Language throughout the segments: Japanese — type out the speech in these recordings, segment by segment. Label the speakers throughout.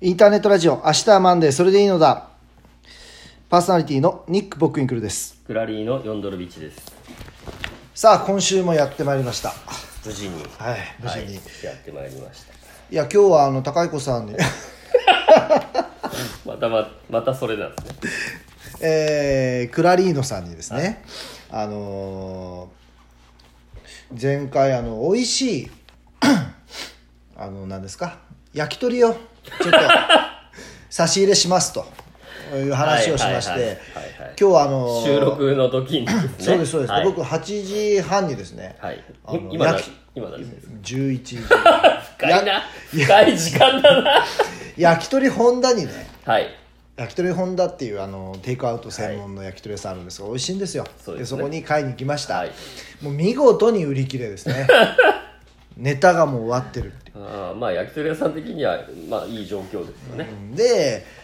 Speaker 1: インターネットラジオ、明日はマンデー、それでいいのだ。パーソナリティのニック・ボックインクルです。
Speaker 2: クラリーの4ドルビッチです
Speaker 1: さあ、今週もやってまいりました。
Speaker 2: 無事に
Speaker 1: はい、無事に。い、
Speaker 2: やってまいりました
Speaker 1: や、今日は、あの、高彦さん に、
Speaker 2: またままたそれなんですね
Speaker 1: えークラリーノさんにですね、あのー前回、あの、美味しい、 あの、何ですか、焼き鳥を、ち ょっと、差し入れしますと。いう話をしまし
Speaker 2: はいはい
Speaker 1: て
Speaker 2: はいはいはい、
Speaker 1: 今日はあのー
Speaker 2: 収録の時にですね
Speaker 1: そうですそうです、
Speaker 2: はい、
Speaker 1: 僕8時半にですね、
Speaker 2: はい
Speaker 1: あの
Speaker 2: 今だ
Speaker 1: 焼き
Speaker 2: 今だです
Speaker 1: 11時
Speaker 2: 深いな深い時間だな
Speaker 1: 焼き鳥本田にね
Speaker 2: はい
Speaker 1: 焼き鳥本田っていうあのテイクアウト専門の焼き鳥屋さんあるんですが、美味しいんですよ
Speaker 2: そう
Speaker 1: で
Speaker 2: です
Speaker 1: そ
Speaker 2: ね
Speaker 1: こに買いに行きました、
Speaker 2: はい
Speaker 1: もう見事に売り切れです ねネタがもう終わってるってい
Speaker 2: あーまあ焼き鳥屋さん的にはまあいい状況ですよね、
Speaker 1: うで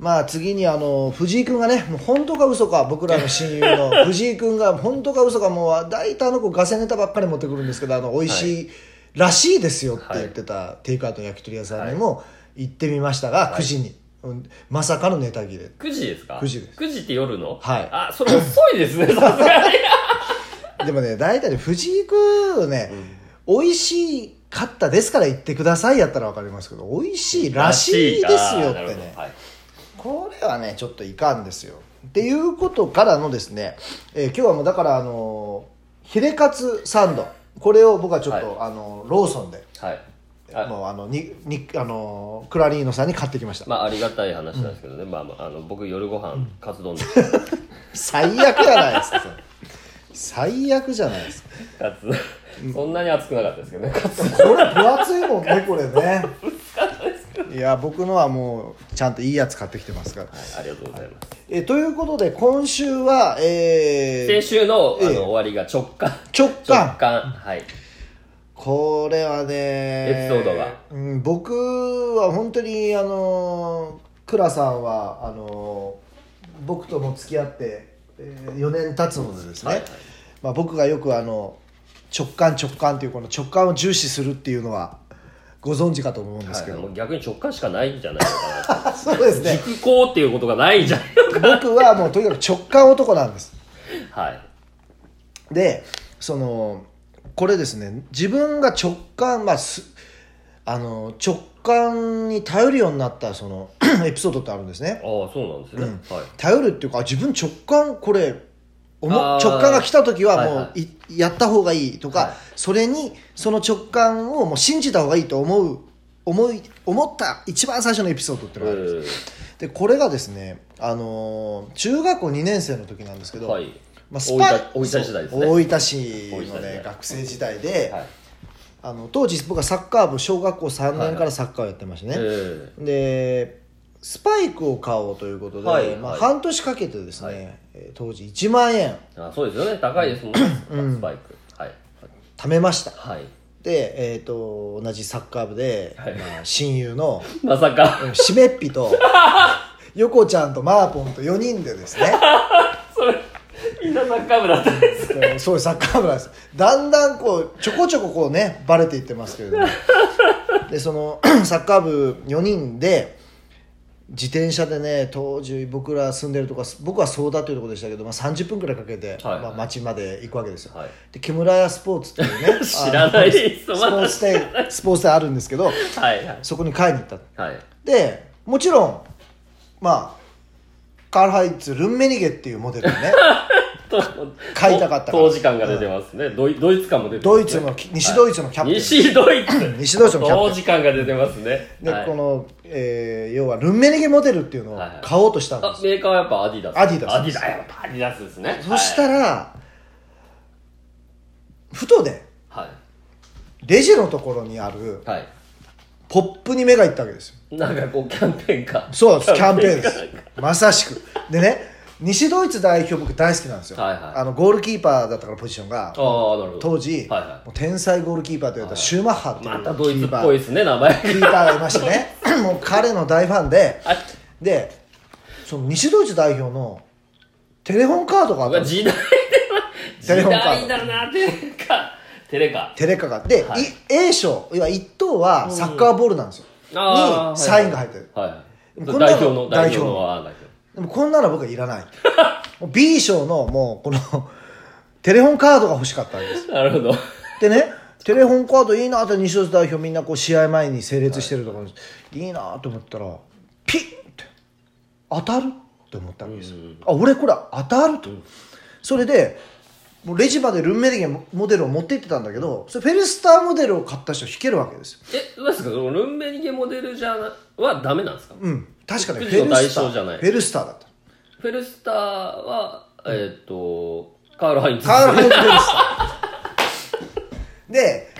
Speaker 1: まあ次にあの藤井君がねもう本当か嘘か僕らの親友 の藤井君が本当か嘘かもう大体あの子ガセネタばっかり持ってくるんですけどあの美味しいらしいですよって言ってたテイクアウトの焼き鳥屋さんにも行ってみましたが、9時に、うんまさかのネタ切れ
Speaker 2: 9時ですか
Speaker 1: 9時です
Speaker 2: 9時って夜の
Speaker 1: はい
Speaker 2: あそれ遅いですねさすがに
Speaker 1: でもね大体ね藤井君ね、美味しかったですから言ってくださいやったら分かりますけど美味しい らしいですよっ
Speaker 2: あーな
Speaker 1: て
Speaker 2: るほ
Speaker 1: ね
Speaker 2: どはい
Speaker 1: これはねちょっといかんですよっていうことからのですね、えー今日はもうだからあのーヒレカツサンドこれを僕はちょっと、あのローソンで
Speaker 2: はいあ
Speaker 1: もうあのににあのークラリーノさんに買ってきました、
Speaker 2: まあありがたい話なんですけどね、まあまああの僕夜ご飯カツ丼です
Speaker 1: 最悪じゃないですかそれ最悪じゃないですか
Speaker 2: カツそんなに熱くなかったですけどねカツ
Speaker 1: これ分厚いもんねこれねいや僕のはもうちゃんといいやつ買ってきてますから
Speaker 2: ありがとうございます
Speaker 1: えということで今週は、え
Speaker 2: 先週のあの、
Speaker 1: ええ
Speaker 2: 終わりが直感
Speaker 1: ー、直
Speaker 2: 直
Speaker 1: 感
Speaker 2: 感はい
Speaker 1: これはねエ
Speaker 2: エピソードが
Speaker 1: うん、僕は本当にあのー倉さんはあのー僕とも付き合って、え4年経つのでですね、
Speaker 2: はいはい
Speaker 1: まあ、僕がよくあの直感直感っていうこの直感を重視するっていうのはご存知かと思うんですけど、
Speaker 2: もう逆に直感しかないんじゃないのか な
Speaker 1: そうですね
Speaker 2: 軸行っていうことがないじゃん
Speaker 1: 僕はもうとにかく直感男なんです
Speaker 2: はい
Speaker 1: でそのこれですね自分が直感、まあ、すあの直感に頼るようになったその エピソードってあるんです
Speaker 2: ああ
Speaker 1: ね
Speaker 2: そうなんですね、はい
Speaker 1: 頼るっていうかあ自分直感これ思う
Speaker 2: あー
Speaker 1: 直感が来た時はもう、
Speaker 2: はいはい
Speaker 1: やった方がいいとか、
Speaker 2: はい
Speaker 1: それにその直感をもう信じた方がいいと思う思い思った一番最初のエピソードっていうのがあるんです、
Speaker 2: う
Speaker 1: でこれがですね、あのー中学校2年生の時なんですけ
Speaker 2: ー
Speaker 1: ど、
Speaker 2: はい
Speaker 1: まあ、ス
Speaker 2: 大
Speaker 1: パイ
Speaker 2: 分大分時代ですね
Speaker 1: そう大分市
Speaker 2: 大分
Speaker 1: の
Speaker 2: 時
Speaker 1: ね
Speaker 2: 代
Speaker 1: 学生時代で、
Speaker 2: はい
Speaker 1: あの当時僕はサッカー部小学校3
Speaker 2: はい
Speaker 1: 年
Speaker 2: はい
Speaker 1: からサッカーをやってましてね、
Speaker 2: え
Speaker 1: でスパイクを買おうということで、
Speaker 2: はい
Speaker 1: まあ、
Speaker 2: はい
Speaker 1: 半年かけてですね、
Speaker 2: はい
Speaker 1: えー当時1万円
Speaker 2: ーあそうですよね高いですもんね、スパイクはい
Speaker 1: 貯めました
Speaker 2: はい
Speaker 1: で、えー、と同じサッカー部で、
Speaker 2: はい
Speaker 1: まあ、親友の
Speaker 2: まさか
Speaker 1: うんしめっぴ と横ちゃんとマーポンと4人でですね
Speaker 2: それみんなサッカー部だったんです
Speaker 1: そういうサッカー部なんですだんだんこうちょこちょここうねバレていってますけれどもでその サッカー部4人で自転車でね当時僕ら住んでるとこは僕は相田というところでしたけど、まあ、30分くらいかけて、
Speaker 2: はい
Speaker 1: まあ、町まで行くわけですよ、
Speaker 2: はい
Speaker 1: で木村屋スポーツっていうね
Speaker 2: 知らない
Speaker 1: あの
Speaker 2: です
Speaker 1: スポーツ店スポーツ店あるんですけど
Speaker 2: はいはい
Speaker 1: そこに買いに行った
Speaker 2: はい
Speaker 1: でもちろんまあカールハイツ・ルンメニゲっていうモデルのね
Speaker 2: と
Speaker 1: 買いたかったから
Speaker 2: 当時感が出てますね、ドイドイツ感も出てま
Speaker 1: ド
Speaker 2: す、ね、
Speaker 1: イツの西ドイツのキャプテン、
Speaker 2: 西ドイツ
Speaker 1: 西ドイツのキャプテン
Speaker 2: 当時感が出てますね
Speaker 1: で、
Speaker 2: はい
Speaker 1: この、えー要はルンメネゲモデルっていうのを
Speaker 2: はいはい
Speaker 1: 買おうとしたんです、
Speaker 2: あメーカーはやっぱアディダス
Speaker 1: アディダス
Speaker 2: アディダスやっぱアディダスですね
Speaker 1: そしたら、ふとね
Speaker 2: はい
Speaker 1: レジのところにある
Speaker 2: はい、は
Speaker 1: ポップに目がいったわけですよ
Speaker 2: い、なんかこうキャンペーンか
Speaker 1: そうですキャンペーンで
Speaker 2: か
Speaker 1: すまさしくでね西ドイツ代表僕大好きなんですよ、
Speaker 2: はいはい
Speaker 1: あのゴールキーパーだったからポジションが
Speaker 2: ああなるほど
Speaker 1: 当時、
Speaker 2: はいは
Speaker 1: もう天才ゴールキーパーと言われたシューマッハっていう
Speaker 2: またドイ
Speaker 1: キ
Speaker 2: ツ
Speaker 1: ー
Speaker 2: っ
Speaker 1: パー
Speaker 2: ぽいですね名前
Speaker 1: キーパーがいまして ねもう彼の大ファンで
Speaker 2: あ
Speaker 1: でその西ドイツ代表のテレフォンカードがあったんです
Speaker 2: 時代
Speaker 1: テレ
Speaker 2: 時
Speaker 1: ホンカード
Speaker 2: 代だなテレカテレカ
Speaker 1: テレカがで、
Speaker 2: はい
Speaker 1: い A 賞いわゆる1等はサッカーボールなんですよ、
Speaker 2: あー
Speaker 1: にサインが入ってる、
Speaker 2: はい
Speaker 1: こんなの
Speaker 2: 代表の代
Speaker 1: 代
Speaker 2: 表
Speaker 1: 表
Speaker 2: のあー代表
Speaker 1: でもこんなの僕はいらないもう B 賞のもうこのテレホンカードが欲しかったんです
Speaker 2: なるほど
Speaker 1: でねテレホンカードいいなって西ド代表みんなこう試合前に整列してるところに、い、いなと思ったらピッって当たるって思ったわけですよ、あ俺これ当たると、それでもうレジまでルンメリゲンモデルを持って行ってたんだけどそれフェルスターモデルを買った人引けるわけですよ
Speaker 2: えどうですかそのルンベリゲモデルじゃなはダメなんですか
Speaker 1: うん確かねフ
Speaker 2: 富士
Speaker 1: ェ
Speaker 2: の代
Speaker 1: ルスタ
Speaker 2: 償
Speaker 1: ー
Speaker 2: じゃない
Speaker 1: フェルスターだった
Speaker 2: フェルスターはえーっとカール・ハインツ
Speaker 1: カール・ハインツフェルスターで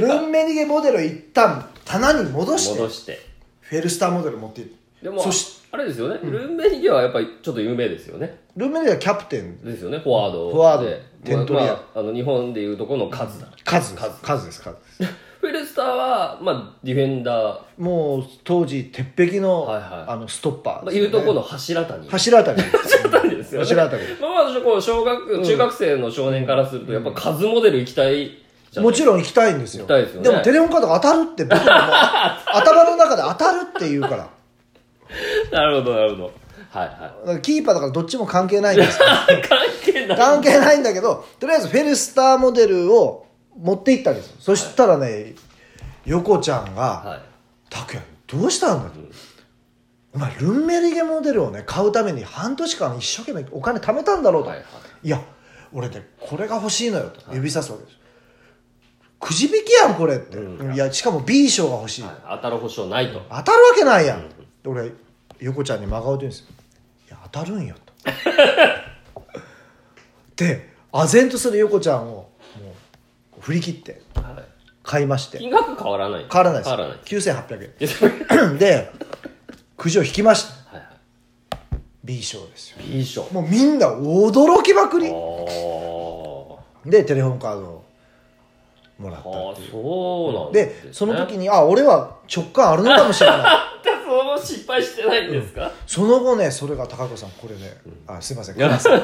Speaker 1: ルンメリゲモデルを一旦棚に戻して
Speaker 2: 戻して
Speaker 1: フェルスターモデル持って行って
Speaker 2: でも
Speaker 1: そし
Speaker 2: あれですよね、ルンベリゲはやっぱりちょっと有名ですよね
Speaker 1: ルメリはキャプテン
Speaker 2: ですよねフォワードで
Speaker 1: フォワード
Speaker 2: ま
Speaker 1: 点
Speaker 2: あ
Speaker 1: 取り屋
Speaker 2: まあ、あの日本でいうとこのカズだ
Speaker 1: カズですカズですカズです
Speaker 2: フェルスターは、まあ、ディフェンダー、
Speaker 1: もう当時鉄壁の,、
Speaker 2: はいはい
Speaker 1: あのストッパー
Speaker 2: まあ、
Speaker 1: です
Speaker 2: い
Speaker 1: よね、
Speaker 2: うとこの柱谷
Speaker 1: 柱あたりです
Speaker 2: 柱谷ですよね
Speaker 1: 柱谷
Speaker 2: まあまあこう小学中学生の少年からするとやっぱカズモデル行きたいじゃん
Speaker 1: もちろん行きたいんですよ
Speaker 2: 行きたいですよね
Speaker 1: もテレホンカードが当たるって僕のもう 頭の中で当たるって言うからだか
Speaker 2: なるほどなるほどはいは
Speaker 1: らキーパーだからどっちも関係ないん ですけど
Speaker 2: い関係ない
Speaker 1: 関係ないんだけどとりあえずフェルスターモデルを持って行ったんですよそしたらね横ちゃんが
Speaker 2: はい
Speaker 1: 「拓也どうしたんだ?」とお前ルンメリゲモデルをね買うために半年間一生懸命お金貯めたんだろうと、
Speaker 2: はい
Speaker 1: い
Speaker 2: は
Speaker 1: や俺ねこれが欲しいのよと指さすわけです、くじ引きやんこれって、いやしかも B 賞が欲しい、
Speaker 2: はい当たる保証ないと
Speaker 1: 当たるわけないやん、で俺横ちゃんに真顔で言うんですよ「いや当たるんよ」 とで唖然とする横ちゃんをもう振り切って
Speaker 2: はい
Speaker 1: 買いまして
Speaker 2: 金額変わらない
Speaker 1: 変わらない
Speaker 2: 変わらない
Speaker 1: です9800円
Speaker 2: いやそれは い
Speaker 1: でくじを引きました
Speaker 2: は
Speaker 1: B 賞ですよ
Speaker 2: い B 賞
Speaker 1: もうみんな驚きまくり
Speaker 2: あ
Speaker 1: でテレホンカードをもらっ
Speaker 2: あ
Speaker 1: た
Speaker 2: あそうなん
Speaker 1: で
Speaker 2: ね
Speaker 1: その時にあ俺は直感あるのかもしれない
Speaker 2: またその失敗してないんですか、
Speaker 1: その後ねそれが高子さんこれねあすいませんごめんなさい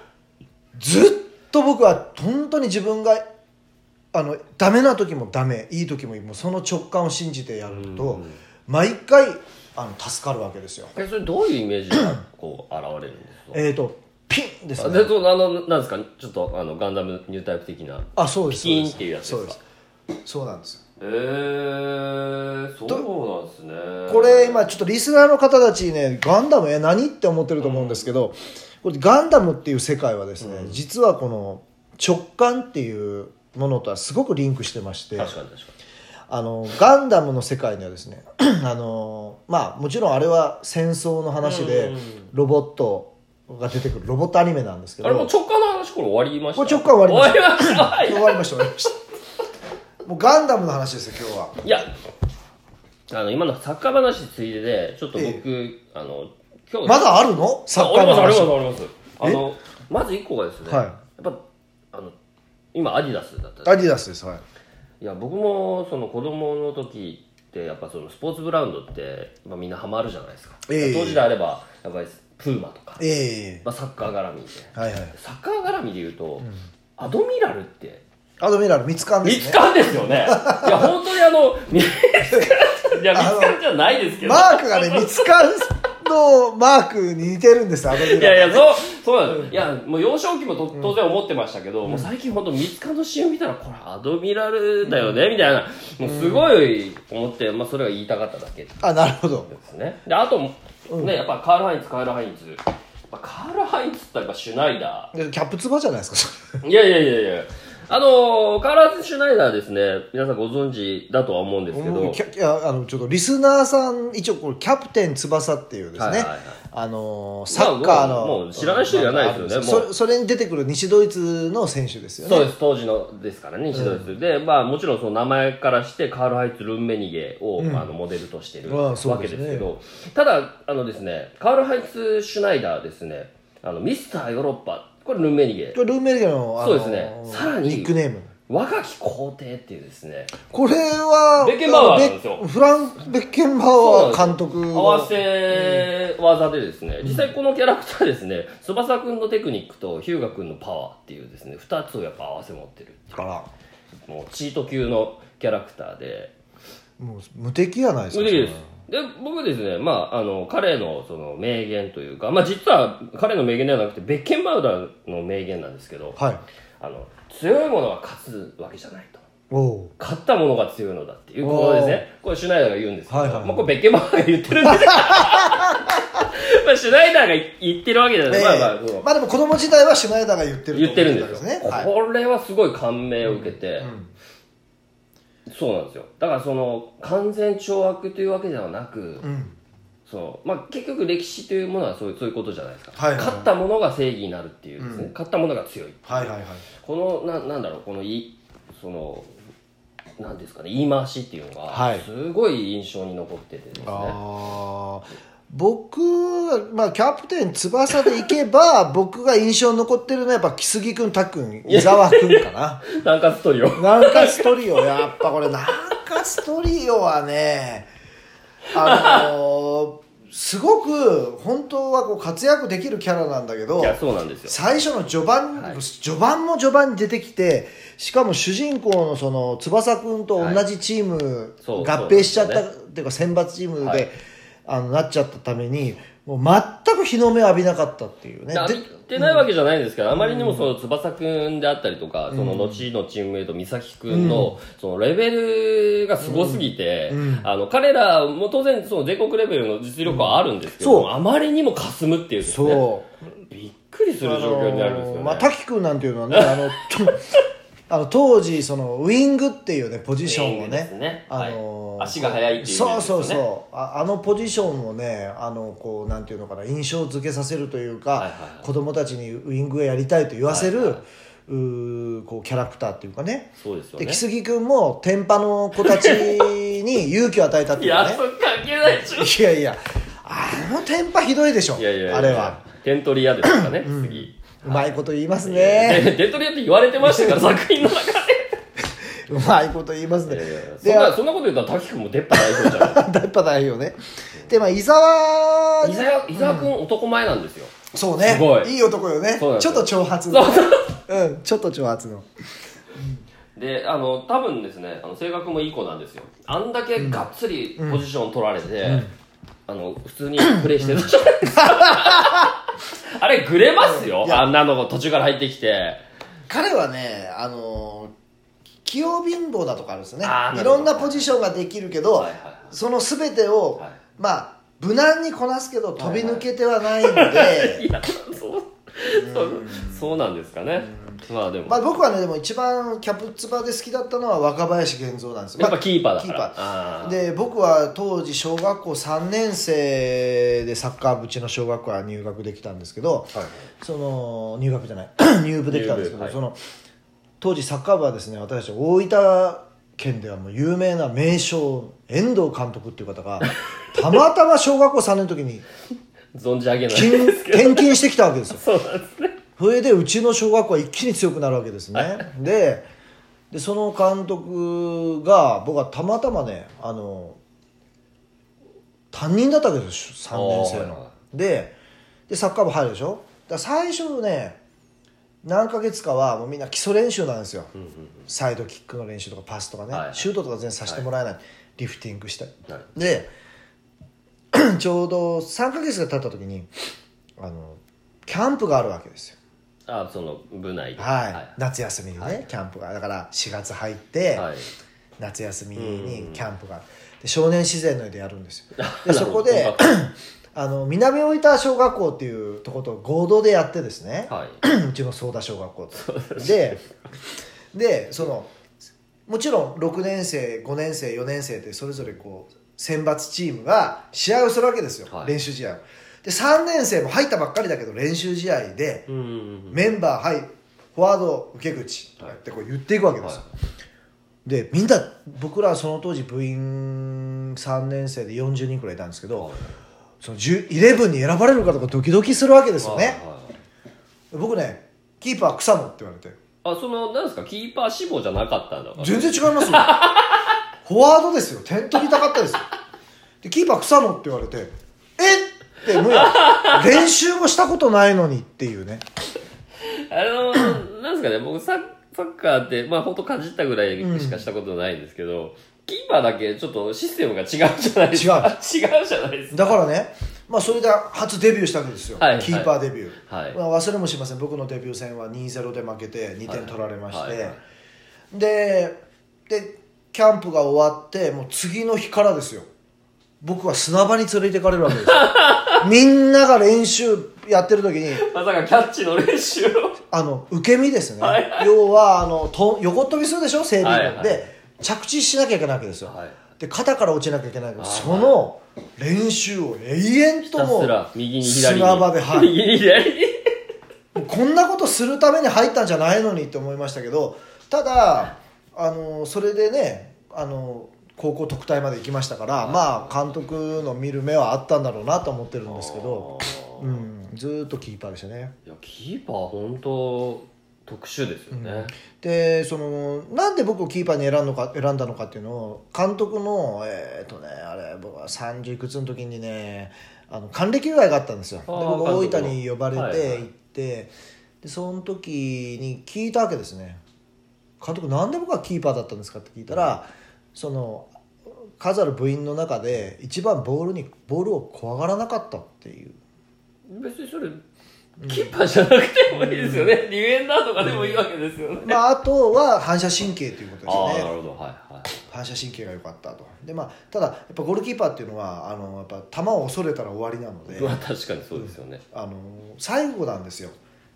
Speaker 1: ずっと僕は本当に自分があのダメな時もダメいい時もいいもうその直感を信じてやると
Speaker 2: うん
Speaker 1: 毎回あの助かるわけですよ
Speaker 2: えそれどういうイメージがこう現れるんですか
Speaker 1: えー、とピンです
Speaker 2: あ
Speaker 1: ね
Speaker 2: でそうあのなんですかちょっとあのガンダムニュータイプ的な
Speaker 1: あそうです
Speaker 2: ピキーンっていうやつです
Speaker 1: そう
Speaker 2: か
Speaker 1: ですそうなんです
Speaker 2: えー、そうなんですね
Speaker 1: これ今ちょっとリスナーの方たちねガンダムえ何って思ってると思うんですけどこれガンダムっていう世界はですね、実はこの直感っていうものとはすごくリンクしてまして
Speaker 2: 確かに確か
Speaker 1: あのガンダムの世界にはですね あのまあもちろんあれは戦争の話
Speaker 2: う
Speaker 1: で
Speaker 2: ん
Speaker 1: ロボットが出てくるロボットアニメなんですけ
Speaker 2: に
Speaker 1: ど
Speaker 2: あれもう直感の話これ終わりました
Speaker 1: これ直感終わり
Speaker 2: ました終わりまし
Speaker 1: 終わりました終わりましたもうガンダムの話ですよ今日は
Speaker 2: たいやあの今のサッカー話ついででちょっと僕、あの今日
Speaker 1: まだあるのサッカーの
Speaker 2: あ
Speaker 1: 話
Speaker 2: ありますありますありますあのまず一個がですね、
Speaker 1: はい
Speaker 2: やっぱあの今アディダスだった
Speaker 1: アディダスですはい
Speaker 2: いや僕もその子供の時ってやっぱそのスポーツブランドって、まあ、みんなハマるじゃないですか、
Speaker 1: ええ
Speaker 2: 当時であればやっぱりプーマとか、
Speaker 1: ええ
Speaker 2: まあ、サッカー絡みで
Speaker 1: はいはい
Speaker 2: サッカー絡みで言うと、アドミラルって
Speaker 1: アドミラルミツカンで
Speaker 2: 見
Speaker 1: す
Speaker 2: つ
Speaker 1: ね
Speaker 2: かんですよねいや本当にあの見つかんいや見
Speaker 1: あの
Speaker 2: つかんじゃないですけど
Speaker 1: マークがねミツカンのマークに似てるんですアドミ
Speaker 2: いや
Speaker 1: ラル
Speaker 2: いやそうそうなんですいやもう幼少期もと当然思ってましたけど、もう最近本当ミツカンの CM 見たらこれアドミラルだよね、みたいなもうすごい思って、まあ、それが言いたかっただけ
Speaker 1: あなるほど
Speaker 2: ですね。で、あと、ね、やっぱカール・ハインツ、カール・ハインツ。まあカール・ハインツってやっぱシュナイダ
Speaker 1: でキャップツバじゃないですかそれ
Speaker 2: ー。いやいやいやいや。あのーカール・ハインツ・シュナイダーですね、皆さんご存知だとは思うんですけ
Speaker 1: も
Speaker 2: ど
Speaker 1: う、キャいやあのちょっとリスナーさん一応これキャプテン翼っていうですね、
Speaker 2: はいはいはい
Speaker 1: あのーサッカーの、
Speaker 2: まあもうもう知らない人いらないですよね
Speaker 1: そ
Speaker 2: もう
Speaker 1: それに出てくる西ドイツの選手ですよね
Speaker 2: そうです、当時のですからね、一度です。で、まあもちろんその名前からして、カール・ハインツ・ルンメニゲを、あのモデルとしてる
Speaker 1: あ
Speaker 2: わ
Speaker 1: あそう
Speaker 2: け
Speaker 1: で
Speaker 2: ですす
Speaker 1: ね
Speaker 2: けど、ただ、あのですね、カール・ハインツ・シュナイダーですね、あのミスター・ヨーロッパ、これルンメニゲ、
Speaker 1: これルーメルゲのあの
Speaker 2: そうですねさらに
Speaker 1: ニックネーム
Speaker 2: 若き皇帝っていうですね、
Speaker 1: これは
Speaker 2: ベッケンバウアーなんですよ
Speaker 1: ベッフランベッケンバウアー監督
Speaker 2: 合わせ技でですね、実際このキャラクターですね、翼くんのテクニックとヒューガくんのパワーっていうですね、二つをやっぱ合わせ持ってる。
Speaker 1: から
Speaker 2: もうチート級のキャラクターで、
Speaker 1: もう無敵やないですか
Speaker 2: 無敵です。で、僕ですね、まあ、あの、彼のその名言というか、まあ実は彼の名言ではなくて、ベッケンバウダーの名言なんですけど、
Speaker 1: それははい
Speaker 2: あの、強いものは勝つわけじゃないと。
Speaker 1: おお
Speaker 2: 勝ったものが強いのだっていうことですね。これシュナイダーが言うんですけど、
Speaker 1: はいはいはい
Speaker 2: まあこれベッケンバウダーが言って るんですけどまあシュナイダーが言ってるわけじゃない。まあまあ、その
Speaker 1: まあでも子供時代はシュナイダーが言ってる
Speaker 2: 言ってるんです
Speaker 1: と
Speaker 2: よ
Speaker 1: いうことはい
Speaker 2: これはすごい感銘を受けて、
Speaker 1: ん
Speaker 2: そうなんですよだからその完全懲悪というわけではなく、
Speaker 1: うん
Speaker 2: そのまあ、結局歴史というものはそういうそういうことじゃないですか、
Speaker 1: はいはいはい
Speaker 2: 勝ったものが正義になるっていうですね、勝ったものが強い
Speaker 1: はいはいはい
Speaker 2: このななんだろうこのいそのなんですかね言い回しっていうのが、
Speaker 1: はい
Speaker 2: すごい印象に残っててですね
Speaker 1: あー僕は、まあ、キャプテン翼でいけば 僕が印象に残ってるのはやっぱ木杉君たっくん伊沢君かな
Speaker 2: 南葛トリオ
Speaker 1: 南かストリオやっぱこれ南かストリオはねあの ーすごく本当はこう活躍できるキャラなんだけど
Speaker 2: いやそうなんですよ
Speaker 1: 最初の序盤、
Speaker 2: はい
Speaker 1: 序盤も序盤に出てきてしかも主人公のその翼君と同じチーム、
Speaker 2: そう
Speaker 1: 合併しちゃっ
Speaker 2: そ
Speaker 1: た、
Speaker 2: うなん
Speaker 1: っていうか選抜チームで、
Speaker 2: はい
Speaker 1: あのなっちゃったためにもう全く日の目を浴びなかったっていうね
Speaker 2: で
Speaker 1: で
Speaker 2: 言ってないわけじゃないんですけど、あまりにもその翼くんであったりとか、その後のチームメイト美咲くんの、そのレベルがすごすぎて、あの、彼らも当然その全国レベルの実力はあるんですけ
Speaker 1: うんそう
Speaker 2: ど、あまりにも霞むっていうですね、
Speaker 1: そう
Speaker 2: びっくりする状況になるんですよ
Speaker 1: あの
Speaker 2: ね。
Speaker 1: まあ、滝君なんていうのはねあのあの当時そのウイングっていうねポジションを
Speaker 2: ウイングで
Speaker 1: ね
Speaker 2: すね
Speaker 1: あの
Speaker 2: はい足が速いっていうイメージ
Speaker 1: そう
Speaker 2: です
Speaker 1: そ
Speaker 2: よ
Speaker 1: う
Speaker 2: ね
Speaker 1: そうああのポジションをねあのこうなんていうのかな印象付けさせるというか、
Speaker 2: いはいはい
Speaker 1: 子供たちにウイングをやりたいと言わせる、
Speaker 2: はいはいう
Speaker 1: ーこうキャラクターっていうかね
Speaker 2: そうですよ
Speaker 1: で
Speaker 2: ね
Speaker 1: 木。杉君も天パの子たちに勇気を与えたって
Speaker 2: い
Speaker 1: いうか
Speaker 2: や、
Speaker 1: ね
Speaker 2: それ関係ないでし
Speaker 1: い
Speaker 2: ょ。
Speaker 1: やいやあの天パひどいでしょ
Speaker 2: いやいやいや
Speaker 1: あれは。
Speaker 2: 点取り屋ですかね、次。
Speaker 1: うまいこと言いますね
Speaker 2: で点取り屋って言われてましたから、 作品の中で。
Speaker 1: うまいこと言いますね。
Speaker 2: そん
Speaker 1: で、
Speaker 2: な、そんなこと言ったら滝くんも出っ歯大丈夫じゃな い
Speaker 1: 大っぱ代表ね。で、まあ、伊沢
Speaker 2: 伊、沢伊沢君男前なんですよ、
Speaker 1: そうね
Speaker 2: すご、い
Speaker 1: いい男よね。ち
Speaker 2: そう
Speaker 1: ょっ
Speaker 2: なんですよ
Speaker 1: と挑発の。うん、ちょっと挑発の。
Speaker 2: であの多分ですねあの性格もいい子なんですよあんだけがっつりポジション取られて、あの普通にプレイしてるじゃないですか あれグレますよ
Speaker 1: いや
Speaker 2: あんなの途中から入ってきて
Speaker 1: 彼はね、あのー器用貧乏だとかあるんですよね
Speaker 2: あー。ないる
Speaker 1: ろ
Speaker 2: ほど
Speaker 1: んなポジションができるけど
Speaker 2: はいはいはい、
Speaker 1: その全てを
Speaker 2: はい、
Speaker 1: まあ、無難にこなすけど飛び抜けてはないの
Speaker 2: い
Speaker 1: で、
Speaker 2: やそうそうそうなんですかねまあでも、
Speaker 1: まあ僕はね、でも一番キャプツバで好きだったのは若林源三なんですよ。
Speaker 2: やっぱキーパーだ
Speaker 1: キ
Speaker 2: か
Speaker 1: ー
Speaker 2: ら
Speaker 1: パー
Speaker 2: あー
Speaker 1: で僕は当時小学校3年生でサッカー部うちの小学校は入学できたんですけど、
Speaker 2: はい
Speaker 1: その入学じゃない 入部できたんですけど、
Speaker 2: 入部はい
Speaker 1: その当時サッカー部はですね私たち大分県ではもう有名な名将遠藤監督っていう方がたまたま小学校3年の時 に
Speaker 2: 存じ上げない
Speaker 1: 勤転勤してきたわけですよ
Speaker 2: そうなんですね
Speaker 1: それでうちの小学校は一気に強くなるわけですね ででその監督が僕はたまたまねあの担任だったわけですよ3年生
Speaker 2: お
Speaker 1: のででサッカー部入るでしょだから最初ね何ヶ月かはもうみんな基礎練習なんですよ、サイドキックの練習とかパスとかね、
Speaker 2: はいはい
Speaker 1: シュートとか全然させてもらえない、リフティングしたり
Speaker 2: はい
Speaker 1: で ちょうど3ヶ月が経った時にあのキャンプがあるわけですよ
Speaker 2: あその部内で
Speaker 1: はい、
Speaker 2: は
Speaker 1: 夏休みにね、
Speaker 2: はい
Speaker 1: キャンプがだから4月入って、
Speaker 2: いはい
Speaker 1: 夏休み
Speaker 2: うん
Speaker 1: に
Speaker 2: うん
Speaker 1: キャンプがで少年自然の湯でやるん ですよで
Speaker 2: な
Speaker 1: そ
Speaker 2: る
Speaker 1: こ
Speaker 2: ほど
Speaker 1: で あの南大分小学校っていうとこと合同でやってですね、
Speaker 2: はい、
Speaker 1: うちの相田小学校とででそのもちろん6年生5年生4年生ってそれぞれこう選抜チームが試合をするわけですよ、
Speaker 2: はい
Speaker 1: 練習試合をで3年生も入ったばっかりだけど練習試合で
Speaker 2: うんうんうん
Speaker 1: メンバーはいフォワード受け口とかってこう言っていくわけですよ、
Speaker 2: は
Speaker 1: でみんな僕らはその当時部員3年生で40人くらいいたんですけど、
Speaker 2: はい
Speaker 1: その10 11に選ばれるかとかドキドキするわけですよね、
Speaker 2: はいはい
Speaker 1: 僕ねキーパー草野って言われて
Speaker 2: あそのなんですかキーパー志望じゃなかったんだから
Speaker 1: 全然違いますよ フォワードですよ点取りたかったですよでキーパー草野って言われてえっってもうや練習もしたことないのにっていうね
Speaker 2: あのなんですかね僕サッサッカーってまあ本当かじったぐらいしかしたことないんですけど、キーパーだけちょっとシステムが違うじゃないですか。違う。じゃないですか。
Speaker 1: だからね、まあ、それで初デビューしたわけですよ、
Speaker 2: はい
Speaker 1: キーパーデビュー、
Speaker 2: はい
Speaker 1: まあ忘れもしません僕のデビュー戦は2-0で負けて2点取られまして、
Speaker 2: はいはい
Speaker 1: ででキャンプが終わってもう次の日からですよ僕は砂場に連れていかれるわけ ですよみんなが練習やってる時に
Speaker 2: まさかキャッチの練習を。
Speaker 1: あの受け身ですね、要はあのと横っ飛びするでしょ整備の、
Speaker 2: はいはい
Speaker 1: で着地しなきゃいけないわけですよ、
Speaker 2: はい
Speaker 1: で肩から落ちなきゃいけないから
Speaker 2: はい
Speaker 1: その練習を延々
Speaker 2: ひ
Speaker 1: と
Speaker 2: た
Speaker 1: も
Speaker 2: す
Speaker 1: う
Speaker 2: ら右に左に。
Speaker 1: 砂場で、はい、
Speaker 2: 右に左に。
Speaker 1: もうこんなことするために入ったんじゃないのにって思いましたけどただあのそれでねあの高校特待まで行きましたから、まあ監督の見る目はあったんだろうなと思ってるんですけど、
Speaker 2: あー
Speaker 1: うん、ずーっとキーパーでしたね。
Speaker 2: いや、キーパー本当特殊ですよね。
Speaker 1: でそのなんで僕をキーパーに選んのか選んだのかっていうのを監督のえっ、とねあれ僕は30いくつの時にねあの還暦祝いがあったんですよで
Speaker 2: あー
Speaker 1: 僕
Speaker 2: 監
Speaker 1: 大
Speaker 2: 督の
Speaker 1: 分に呼ばれ
Speaker 2: はい
Speaker 1: て
Speaker 2: はい
Speaker 1: 行って、でその時に聞いたわけですね監督なんで僕はキーパーだったんですかって聞いたら、その数ある部員の中で一番ボールにボールを怖がらなかったっていう
Speaker 2: 別にそれ、キーパーじゃなくてもいいですよね。ディフェンダーとかでもいいわけですよね。
Speaker 1: まああとは反射神経ということです
Speaker 2: あ
Speaker 1: よ
Speaker 2: あ、
Speaker 1: ね
Speaker 2: なるほど。はいはい。
Speaker 1: 反射神経が良かったとで、まあ、ただやっぱゴールキーパーっていうのはあのやっぱ球を恐れたら終わりなので
Speaker 2: うわ確かにそうですよね。
Speaker 1: あの最後なんですよ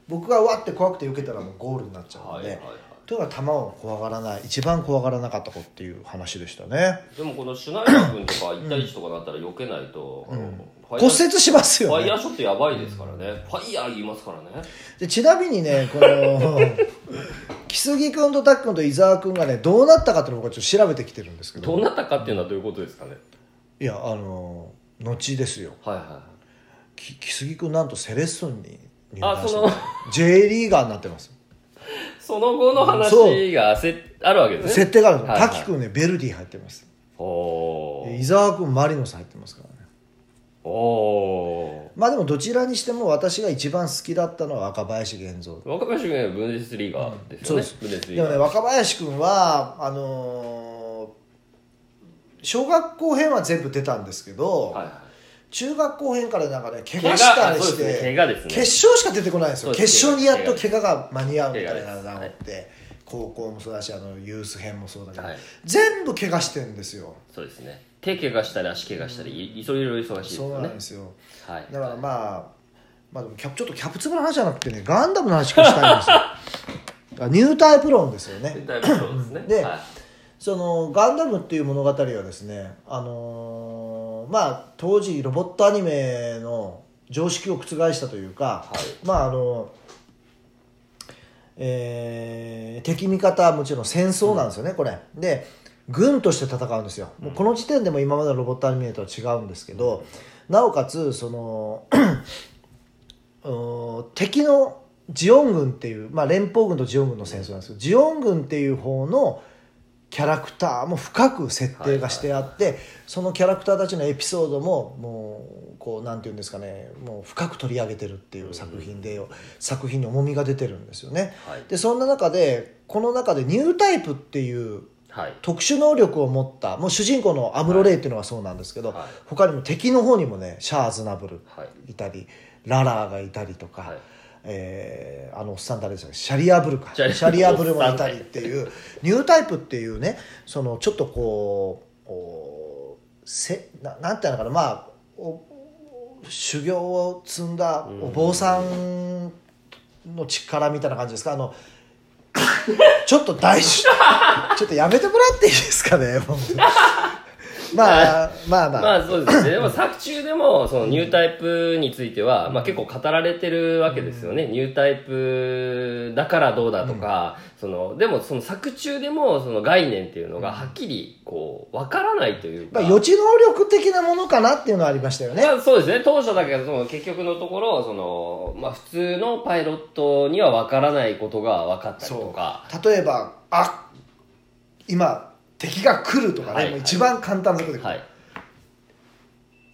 Speaker 1: 僕がわって怖くて受けたらもうゴールになっちゃうの
Speaker 2: はい
Speaker 1: で、
Speaker 2: はいはい。
Speaker 1: というのは球を怖がらない一番怖がらなかった子っていう話でしたね
Speaker 2: でもこのシュナイダー君とか1対1とかなったら避けないと、あのファイ
Speaker 1: 骨
Speaker 2: ヤ
Speaker 1: 折
Speaker 2: ー
Speaker 1: します
Speaker 2: フ
Speaker 1: よ
Speaker 2: ァイヤ
Speaker 1: ね
Speaker 2: ーショットやばいですからね。ファイヤー言いますからね。
Speaker 1: でちなみにねこ の木杉君とたっくんと伊沢君がねどうなったかっていうのを僕はちょっと調べてきてるんですけ
Speaker 2: ど
Speaker 1: ど
Speaker 2: うなったかっていうのはどういうことですかね。
Speaker 1: いやあの後ですよ
Speaker 2: はいは
Speaker 1: き木杉君なんとセレッソンに入
Speaker 2: あ
Speaker 1: して
Speaker 2: そ
Speaker 1: ま
Speaker 2: の
Speaker 1: す J リーガーになってます
Speaker 2: い。その後の
Speaker 1: そう
Speaker 2: 話がせあるわけですね。
Speaker 1: 設定があるんですよ、
Speaker 2: はいはい
Speaker 1: 滝君ねベルディ入ってます
Speaker 2: お
Speaker 1: で
Speaker 2: ー
Speaker 1: 伊沢君マリノス入ってますからね
Speaker 2: お
Speaker 1: まあでもどちらにしても私が一番好きだったのは若林源三
Speaker 2: ー。若林君はブンデスリーガーですよね。ブンデスリ
Speaker 1: で
Speaker 2: ー
Speaker 1: も
Speaker 2: ガ
Speaker 1: ね
Speaker 2: ー。
Speaker 1: 若林君はあのー小学校編は全部出たんですけど、
Speaker 2: はいはい
Speaker 1: 中学校編からなんかね怪
Speaker 2: 怪
Speaker 1: 我
Speaker 2: 我
Speaker 1: したり
Speaker 2: そう
Speaker 1: し
Speaker 2: ですね
Speaker 1: て、
Speaker 2: 怪我ですね
Speaker 1: 決勝しか出てこないんですよ
Speaker 2: そう
Speaker 1: 決
Speaker 2: です
Speaker 1: 勝にやっと怪我が間に合うみたい
Speaker 2: 怪
Speaker 1: な
Speaker 2: 我です
Speaker 1: なって、高校もそうだしあのユース編もそうだけど、
Speaker 2: はい
Speaker 1: 全部怪我してんですよ
Speaker 2: そうですね。手怪我したり足怪我したり、いいろいろ忙しいです
Speaker 1: そう
Speaker 2: よ
Speaker 1: な
Speaker 2: ね
Speaker 1: んで。すよ
Speaker 2: はい。
Speaker 1: だからまあ、まあ、でもキャちょっとキャプツブの話じゃなくてねガンダムの話をしたいん ですよだからニュータイプ論ですよね
Speaker 2: だいぶそう ですね。
Speaker 1: で
Speaker 2: はい
Speaker 1: そのガンダムっていう物語はですねあのーまあ当時ロボットアニメの常識を覆したというか、
Speaker 2: は
Speaker 1: まああのえー敵味方はもちろん戦争なんですよね、これで軍として戦うんですよもうこの時点でも今までのロボットアニメとは違うんですけど、なおかつその うーん敵のジオン軍っていう、まあ、連邦軍とジオン軍の戦争なんですけどジオン軍っていう方のキャラクターも深く設定がしてあって、そのキャラクターたちのエピソードももうこうなんて言うんですかねもう深く取り上げてるっていう作品で、作品に重みが出てるんですよね。
Speaker 2: はい
Speaker 1: でそんな中でこの中でニュータイプっていう
Speaker 2: はい。
Speaker 1: 特殊能力を持ったもう主人公のアムロ・レイっていうのがそうなんですけど、
Speaker 2: はい
Speaker 1: 他にも敵の方にもねシャア・アズナブル
Speaker 2: はい
Speaker 1: いたりララーがいたりとか、
Speaker 2: はい
Speaker 1: えーあのおっさん誰でしたっけシャリアブルかシ
Speaker 2: シャリ
Speaker 1: ャリアブルもいたりっていうニュータイプっていうねそのちょっとこうおせななんていうのかなまあお修行を積んだお坊さんの力みたいな感じですかあのちょっと大 事ちょっとやめてもらっていいですかね本当にまあまあまあ、
Speaker 2: まあそうですね。でも作中でも、そのニュータイプについては、まあ結構語られてるわけですよね。ニュータイプだからどうだとか、その、でもその作中でも、その概念っていうのがはっきり、こう、わからないという
Speaker 1: ま
Speaker 2: か。
Speaker 1: あ、予知能力的なものかなっていうのはありましたよね
Speaker 2: まあそうですね。当初だけど、その結局のところ、その、まあ普通のパイロットにはわからないことが分かったりとか。
Speaker 1: 例えばあ今敵が来るとかね、
Speaker 2: はい
Speaker 1: もう一番簡単なことで、
Speaker 2: はい。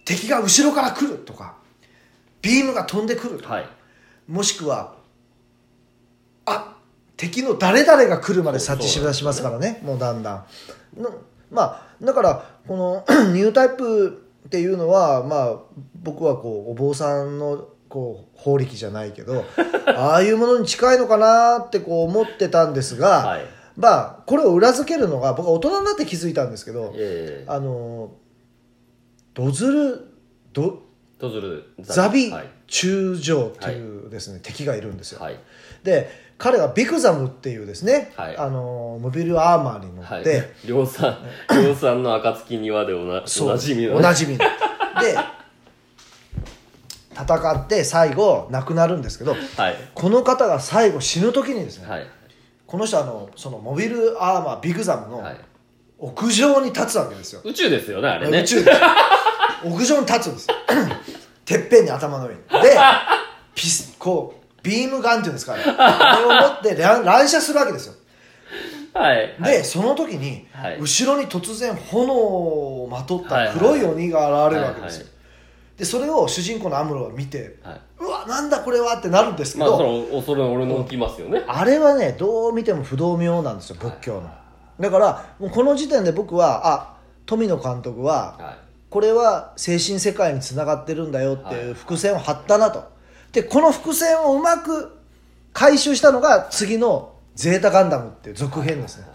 Speaker 1: 敵が後ろから来るとかビームが飛んでくるとか、
Speaker 2: はい。
Speaker 1: もしくはあ敵の誰々が来るまで
Speaker 2: そう
Speaker 1: 察知しだしますからねもうだんだんのまあだからこの ニュータイプっていうのはまあ僕はこうお坊さんのこう法力じゃないけ どああいうものに近いのかなってこう思ってたんですが、
Speaker 2: はい
Speaker 1: まあこれを裏付けるのが僕は大人になって気づいたんですけど、
Speaker 2: ええ
Speaker 1: あのドズルド
Speaker 2: とずる
Speaker 1: ザビ
Speaker 2: はい、
Speaker 1: 中将っていうですね、敵がいるんですよ、
Speaker 2: はい、
Speaker 1: で彼はビクザムっていうですね、
Speaker 2: はい
Speaker 1: あのモビルアーマーに乗
Speaker 2: は
Speaker 1: っ
Speaker 2: い
Speaker 1: て、
Speaker 2: 量産量産の暁庭でおなお
Speaker 1: そう
Speaker 2: なじみの
Speaker 1: おなじ みので戦って最後亡くなるんですけど
Speaker 2: はい
Speaker 1: この方が最後死ぬ時にですね、
Speaker 2: はい
Speaker 1: この人はあのそのモビルアーマービクザムの
Speaker 2: はい
Speaker 1: 屋上に立つわけですよ、
Speaker 2: 宇宙ですよねあれね
Speaker 1: 宇宙です屋上に立つん ですてっぺんに頭の上にでピスこうビームガンっていうんですかねあれを持って乱乱射するわけですよ
Speaker 2: はい
Speaker 1: で、その時に、
Speaker 2: はい
Speaker 1: 後ろに突然炎をまとった黒い鬼が現れるわけですよ、
Speaker 2: はいはいは
Speaker 1: でそれを主人公のアムロは見て、
Speaker 2: は
Speaker 1: うわなんだこれはってなるんですけ
Speaker 2: い、まあそ
Speaker 1: ど、
Speaker 2: の恐れの俺の起きますよね、
Speaker 1: あ、れはねどう見ても不動明なんですよ仏教の、だからもうこの時点で僕はあ富野監督は
Speaker 2: は
Speaker 1: これは精神世界につながってるんだよっていう伏線を張ったなと、でこの伏線をうまく回収したのが次の「ゼータ・ガンダム」っていう続編ですね、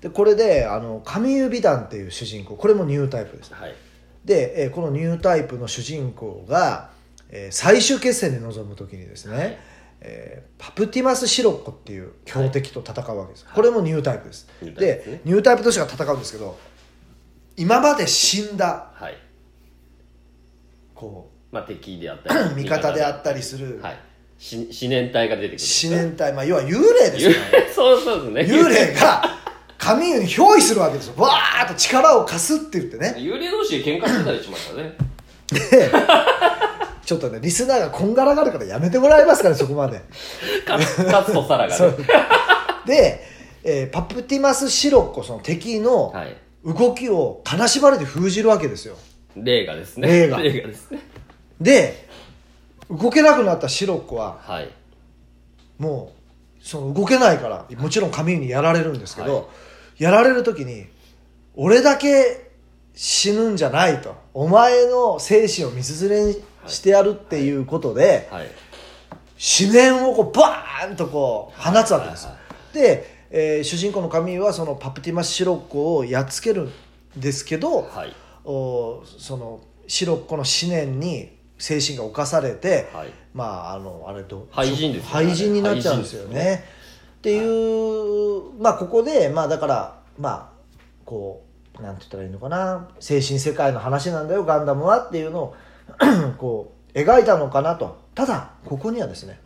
Speaker 1: でこれであの神指団っていう主人公これもニュータイプです
Speaker 2: いはい
Speaker 1: で、えーこのニュータイプの主人公が、えー最終決戦に臨む時にですね、えーパプティマス・シロッコっていう強敵と戦うわけです、これもニュータイプです、
Speaker 2: ニュータイプですね
Speaker 1: でニュータイプとしてが戦うんですけど今まで死んだ
Speaker 2: はい
Speaker 1: こ
Speaker 2: まあ敵であった
Speaker 1: う
Speaker 2: り
Speaker 1: 味方であったりする
Speaker 2: はいし思念体が出てくる
Speaker 1: 四年隊、まあ、要は幽霊ですよね
Speaker 2: そうそうですね
Speaker 1: 幽霊が神湯に憑依するわけですよわーっと力を貸すって言ってね
Speaker 2: 幽霊同士で喧嘩してたりしました ね
Speaker 1: でちょっとねリスナーがこんがらがるからやめてもらえますからそこまで
Speaker 2: カツカツと皿が
Speaker 1: そ
Speaker 2: ね
Speaker 1: うで、えーパプティマス・シロッコその敵の
Speaker 2: はい
Speaker 1: 動きを金縛りで封じるわけですよ
Speaker 2: 霊がですね
Speaker 1: 霊が
Speaker 2: ですね
Speaker 1: で動けなくなったシロッコは
Speaker 2: はい
Speaker 1: もうその動けないからもちろん神にやられるんですけど、
Speaker 2: は
Speaker 1: やられる時に俺だけ死ぬんじゃないとお前の精神を道連れにしてやるっていうことで、
Speaker 2: はい
Speaker 1: 思念をこうバーンとこう放つわけです、
Speaker 2: はい
Speaker 1: で、えー主人公の神はそのパプティマスシロッコをやっつけるんですけど、
Speaker 2: はい
Speaker 1: おそのシロッコの思念に精神が侵されて、
Speaker 2: はい
Speaker 1: まああのあれと
Speaker 2: 廃人ですよね
Speaker 1: 廃人になっちゃうんですよね
Speaker 2: 廃人
Speaker 1: っていう、まあここでまあだからまあこうなんて言ったらいいのかな精神世界の話なんだよガンダムはっていうのを こう描いたのかなとただここにはですね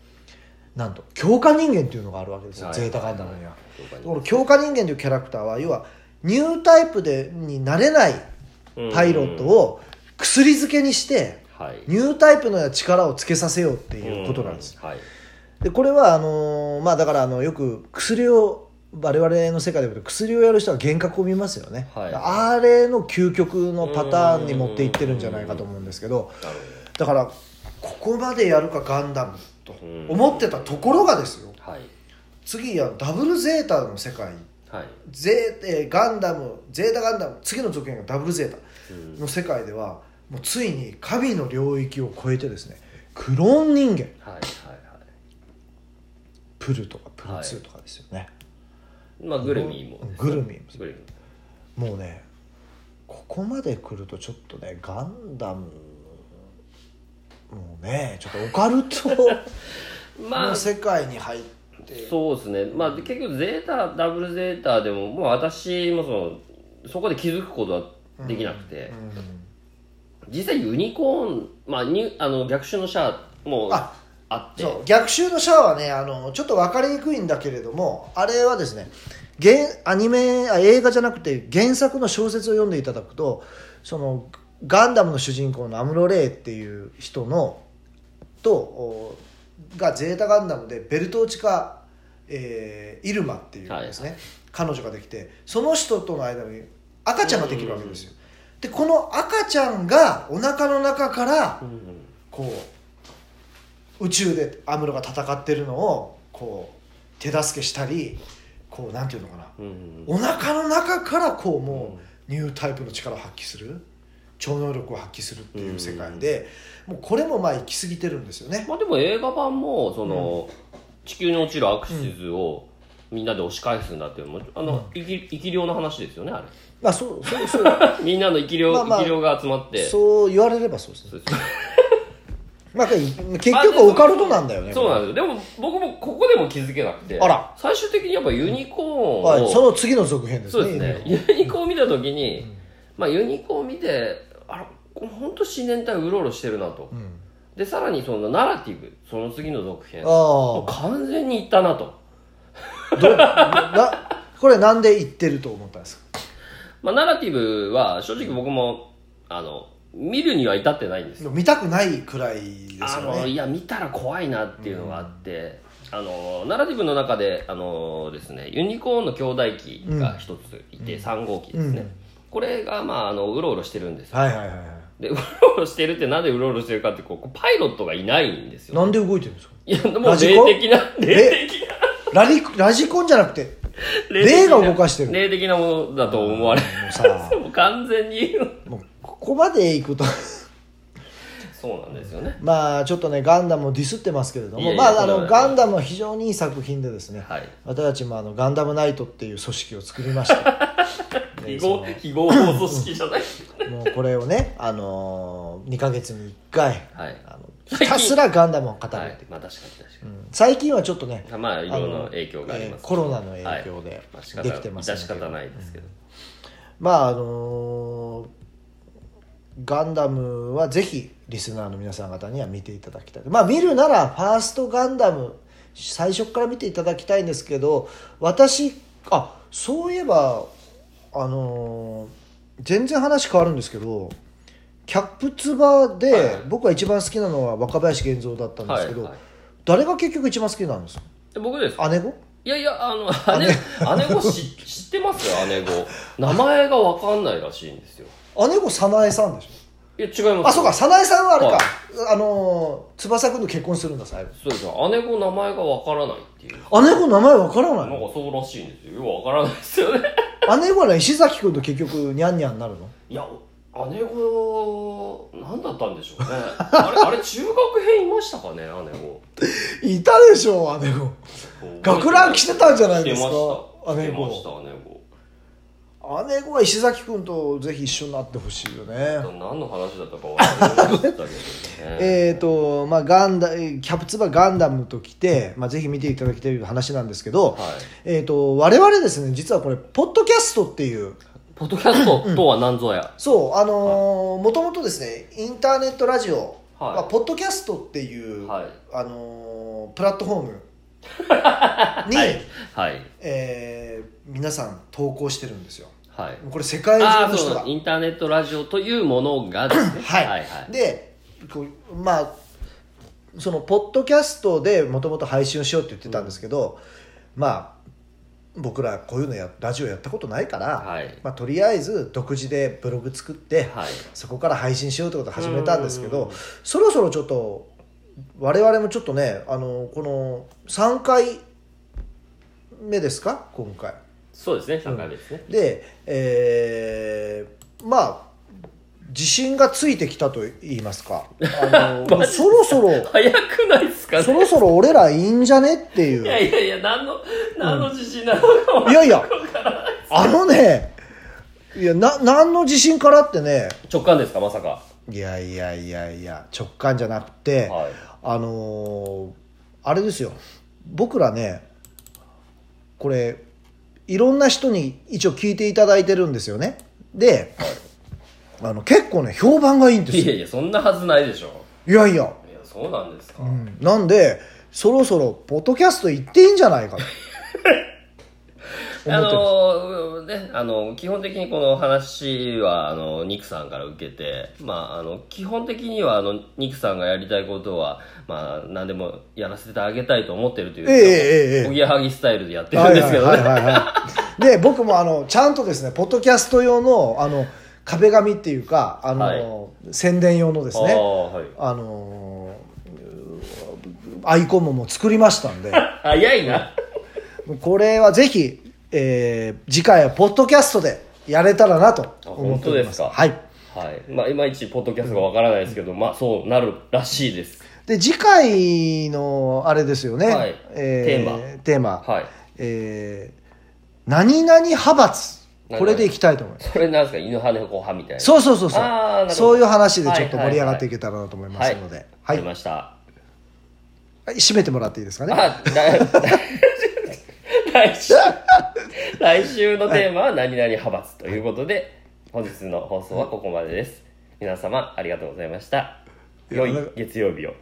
Speaker 1: なんと強化人間っていうのがあるわけですよ、
Speaker 2: はい
Speaker 1: ゼータガンダムには。
Speaker 2: はい
Speaker 1: この強化人間というキャラクターは要はニュータイプでになれないパイロットを薬漬けにして
Speaker 2: はい
Speaker 1: ニュータイプの力をつけさせようっていうことなんです
Speaker 2: うんはい
Speaker 1: でこれはあのーまあだからあのよく薬を我々の世界で言うと薬をやる人は幻覚を見ますよね、
Speaker 2: はい
Speaker 1: あれの究極のパターンに持っていってるんじゃないかと思うんですけど
Speaker 2: なる
Speaker 1: だからここまでやるかガンダムと
Speaker 2: うん
Speaker 1: 思ってたところがですよ
Speaker 2: ほどはい
Speaker 1: 次はダブルゼータの世界
Speaker 2: はい
Speaker 1: ゼーえーガンダムゼータガンダム次の続編がダブルゼータ
Speaker 2: うん
Speaker 1: の世界ではもうついに神の領域を超えてですねクローン人間
Speaker 2: はいはいは
Speaker 1: プルとかプル2とかですよね、
Speaker 2: いまあグルミーもですね
Speaker 1: グルミーも
Speaker 2: グルミ
Speaker 1: もうねここまで来るとちょっとねガンダムもうねちょっとオカルト
Speaker 2: ー まあ
Speaker 1: の世界に入って、
Speaker 2: そうですね、まあ、で結局ゼータダブルゼータでももう私もそのそこで気づくことはできなくて、実際ユニコーン、まあ、にあの逆襲のシャアもあ
Speaker 1: あ
Speaker 2: って
Speaker 1: そう逆襲のシャアはねあのちょっと分かりにくいんだけれどもあれはですね原アニメあ映画じゃなくて原作の小説を読んでいただくとそのガンダムの主人公のアムロ・レイっていう人のとおがゼータ・ガンダムでベルトーチカ、えーイルマっていうですね、彼女ができてその人との間に赤ちゃんができるわけですよ。でこの赤ちゃんがお腹の中から
Speaker 2: うんうん
Speaker 1: こう宇宙でアムロが戦ってるのをこう手助けしたりこうなんていうのかな
Speaker 2: うんうん
Speaker 1: お腹の中からこうもうニュータイプの力を発揮する超能力を発揮するっていう世界で、もうこれもまあ行き過ぎてるんですよね
Speaker 2: まあでも映画版もその、地球に落ちるアクシズをみんなで押し返すんだっていうのもあの、生き生き量の話ですよねあれ
Speaker 1: まあそうそうそう
Speaker 2: みんなの生き量、
Speaker 1: まあまあ
Speaker 2: 生き量が集まって
Speaker 1: そう言われればそうですね
Speaker 2: そうです
Speaker 1: まあ、結局オカルトなんだよね
Speaker 2: そうなんですよでも僕もここでも気づけなくて
Speaker 1: あら
Speaker 2: 最終的にやっぱユニコーンを、
Speaker 1: はい、その次の続編です
Speaker 2: そ
Speaker 1: ね
Speaker 2: うですねユニコーンを見た時に、まあユニコーンを見てあらこれ本当自然体うろうろしてるなと、
Speaker 1: ん
Speaker 2: でさらにそのナラティブその次の続編
Speaker 1: ああ
Speaker 2: もう完全にいったなと
Speaker 1: どなこれなんで言ってると思ったんですか
Speaker 2: まあ、ナラティブは正直僕もあの見るには至ってないんですよ
Speaker 1: 見たくないくらいです
Speaker 2: あ
Speaker 1: よ
Speaker 2: の
Speaker 1: ね
Speaker 2: いや見たら怖いなっていうのがあって、あのナラティブの中であのですねユニコーンの兄弟機が一ついて、3号機ですね、
Speaker 1: うん
Speaker 2: これがまああのうろうろしてるんですよ
Speaker 1: はいはいはいは
Speaker 2: でうろうろしてるってなんでうろうろしてるかってこうパイロットがいないんです
Speaker 1: い
Speaker 2: よ
Speaker 1: なんで動いてるんですか
Speaker 2: いやもう
Speaker 1: ラジコ
Speaker 2: 霊的な霊的な
Speaker 1: ラリラジコンじゃなくて霊が動かしてる
Speaker 2: 霊的なものだと思われ
Speaker 1: もう さ
Speaker 2: もう完全に
Speaker 1: もうここまで行くと
Speaker 2: そうなんですよね
Speaker 1: まあちょっとねガンダムをディスってますけれど
Speaker 2: いや
Speaker 1: も
Speaker 2: いや
Speaker 1: まああ
Speaker 2: そんなこ
Speaker 1: の
Speaker 2: とない
Speaker 1: ガンダムは非常にいい作品でですね、
Speaker 2: はい
Speaker 1: 私たちもあのガンダムナイトっていう組織を作りま して
Speaker 2: 非合非合法組織じ ゃない
Speaker 1: もうこれをね、あのー、2ヶ月に1回、
Speaker 2: はい
Speaker 1: あのひたすらガンダムを語るっていう、
Speaker 2: はいまあ確かに確かに、
Speaker 1: 最近はちょっとね
Speaker 2: まあいろいろ
Speaker 1: あの
Speaker 2: 影響があります
Speaker 1: えーコロナの影響で
Speaker 2: まあ仕方
Speaker 1: できてますね
Speaker 2: 致し方ないですけど、
Speaker 1: まああのーガンダムはぜひリスナーの皆さん方には見ていただきたいまあ見るならファーストガンダム最初から見ていただきたいんですけど私あそういえばあのー全然話変わるんですけどキャップツバで、
Speaker 2: はい
Speaker 1: 僕が一番好きなのは若林源三だったんですけど、
Speaker 2: はいはい
Speaker 1: 誰が結局一番好きなんです
Speaker 2: で僕ですか
Speaker 1: か姉子
Speaker 2: いやいやあの姉姉子知知ってますよ姉子名前がわかんないらしいんですよ
Speaker 1: 姉子早苗さんでしょ
Speaker 2: いや違いま
Speaker 1: あ
Speaker 2: す
Speaker 1: そうか早苗さんはあれか、
Speaker 2: はい
Speaker 1: あのー翼くんと結婚するんだ最後
Speaker 2: そうですよ姉子名前がわからないっていう
Speaker 1: 姉子の名前わからな
Speaker 2: ないんかそうらしいんですよよくわからないですよね
Speaker 1: の姉子はね石崎くんと結局ニャンニャンになるの
Speaker 2: いや姉子何だったんでしょうねあれあれ中学編いましたかね姉子
Speaker 1: いたでしょ姉子学ラン着てたんじゃないですか
Speaker 2: してました
Speaker 1: 姉
Speaker 2: 着てました
Speaker 1: 子
Speaker 2: 姉子
Speaker 1: 姉子は石崎くんとぜひ一緒になってほしいよね
Speaker 2: 何の話だったか忘れましたけどね
Speaker 1: えーとまあ、ガンダえーキャプツバガンダムと来て、まあ、ぜひ見ていただきたい話なんですけど、
Speaker 2: はい
Speaker 1: えー、と我々ですね実はこれポッドキャストっていう
Speaker 2: ポッドキャストとは何ぞや、
Speaker 1: そうあのもともとですねインターネットラジオ、
Speaker 2: はい
Speaker 1: まあ、ポッドキャストっていう、
Speaker 2: はい
Speaker 1: あのープラットフォームに、
Speaker 2: はい
Speaker 1: えー皆さん投稿してるんですよ
Speaker 2: はい
Speaker 1: これ世界
Speaker 2: あ
Speaker 1: 中
Speaker 2: あ
Speaker 1: の
Speaker 2: ーそ
Speaker 1: 人
Speaker 2: う
Speaker 1: が
Speaker 2: だインターネットラジオというものがですね
Speaker 1: はい、
Speaker 2: はいはい
Speaker 1: でこうまあそのポッドキャストでもともと配信をしようって言ってたんですけど、まあ僕らこういうのやラジオやったことないから、
Speaker 2: はい
Speaker 1: まあ、とりあえず独自でブログ作って、
Speaker 2: はい
Speaker 1: そこから配信しようってことを始めたんですけ
Speaker 2: う
Speaker 1: ど
Speaker 2: ん
Speaker 1: そろそろちょっと我々もちょっとねあのこの3回目ですか今回
Speaker 2: そうですね3回目ですね、
Speaker 1: で、えーまあ自信がついてきたと言いますかあのもうそろそろ
Speaker 2: 早くないですか
Speaker 1: そ
Speaker 2: ね
Speaker 1: ろそろ俺らいいんじゃねっていう
Speaker 2: いやいやいや何の何の自信なのかも、
Speaker 1: いやいやあのねいやな何の自信からってね
Speaker 2: 直感ですかまさか
Speaker 1: いやいやいやいや直感じゃなくて、
Speaker 2: はい
Speaker 1: あのーあれですよ僕らねこれいろんな人に一応聞いていただいてるんですよねで、あの結構ね評判がいいんです
Speaker 2: いや
Speaker 1: よ
Speaker 2: いやそんなはずないでしょ
Speaker 1: いやいや、
Speaker 2: いやそうなんですか、
Speaker 1: うんなんでそろそろポッドキャスト行っていいんじゃないかと
Speaker 2: あ
Speaker 1: 思ってます
Speaker 2: のーね、あの基本的にこの話はあのニクさんから受けて、まあ、あの基本的にはあのニクさんがやりたいことは、まあ、何でもやらせてあげたいと思ってるという
Speaker 1: ええええええ
Speaker 2: おぎやはぎスタイルでやってるんですけど
Speaker 1: はい
Speaker 2: ね
Speaker 1: はいはいはいで僕もあのちゃんとですねポッドキャスト用のあの壁紙っていうかあの、
Speaker 2: は
Speaker 1: 宣伝用のです
Speaker 2: あ
Speaker 1: ね
Speaker 2: あはい
Speaker 1: あのーアイコンももう作りましたんで
Speaker 2: 早いな
Speaker 1: これはぜひえー次回はポッドキャストでやれたらなと思っております
Speaker 2: あ本当ですか
Speaker 1: はい
Speaker 2: はい。まあ、いまいちポッドキャストがわからないですけど、まあ、そうなるらしいです。
Speaker 1: で次回のあれですよね、
Speaker 2: はい
Speaker 1: ーテーマ
Speaker 2: はい。
Speaker 1: えー何々派閥これでいきたいと思います
Speaker 2: それなんですか犬派猫派みたいな。
Speaker 1: そうそうそうそ
Speaker 2: あーなるほ
Speaker 1: う
Speaker 2: ど
Speaker 1: そういう話でちょっと盛り上がっていけたらなと思いま
Speaker 2: は
Speaker 1: す
Speaker 2: い。
Speaker 1: ので、
Speaker 2: わ
Speaker 1: は
Speaker 2: か
Speaker 1: い
Speaker 2: りました。
Speaker 1: はい締めてもらっていいですかね
Speaker 2: あ、だ来週、来週のテーマは何々派閥ということで、本日の放送はここまでです。皆様ありがとうございました。良い月曜日を。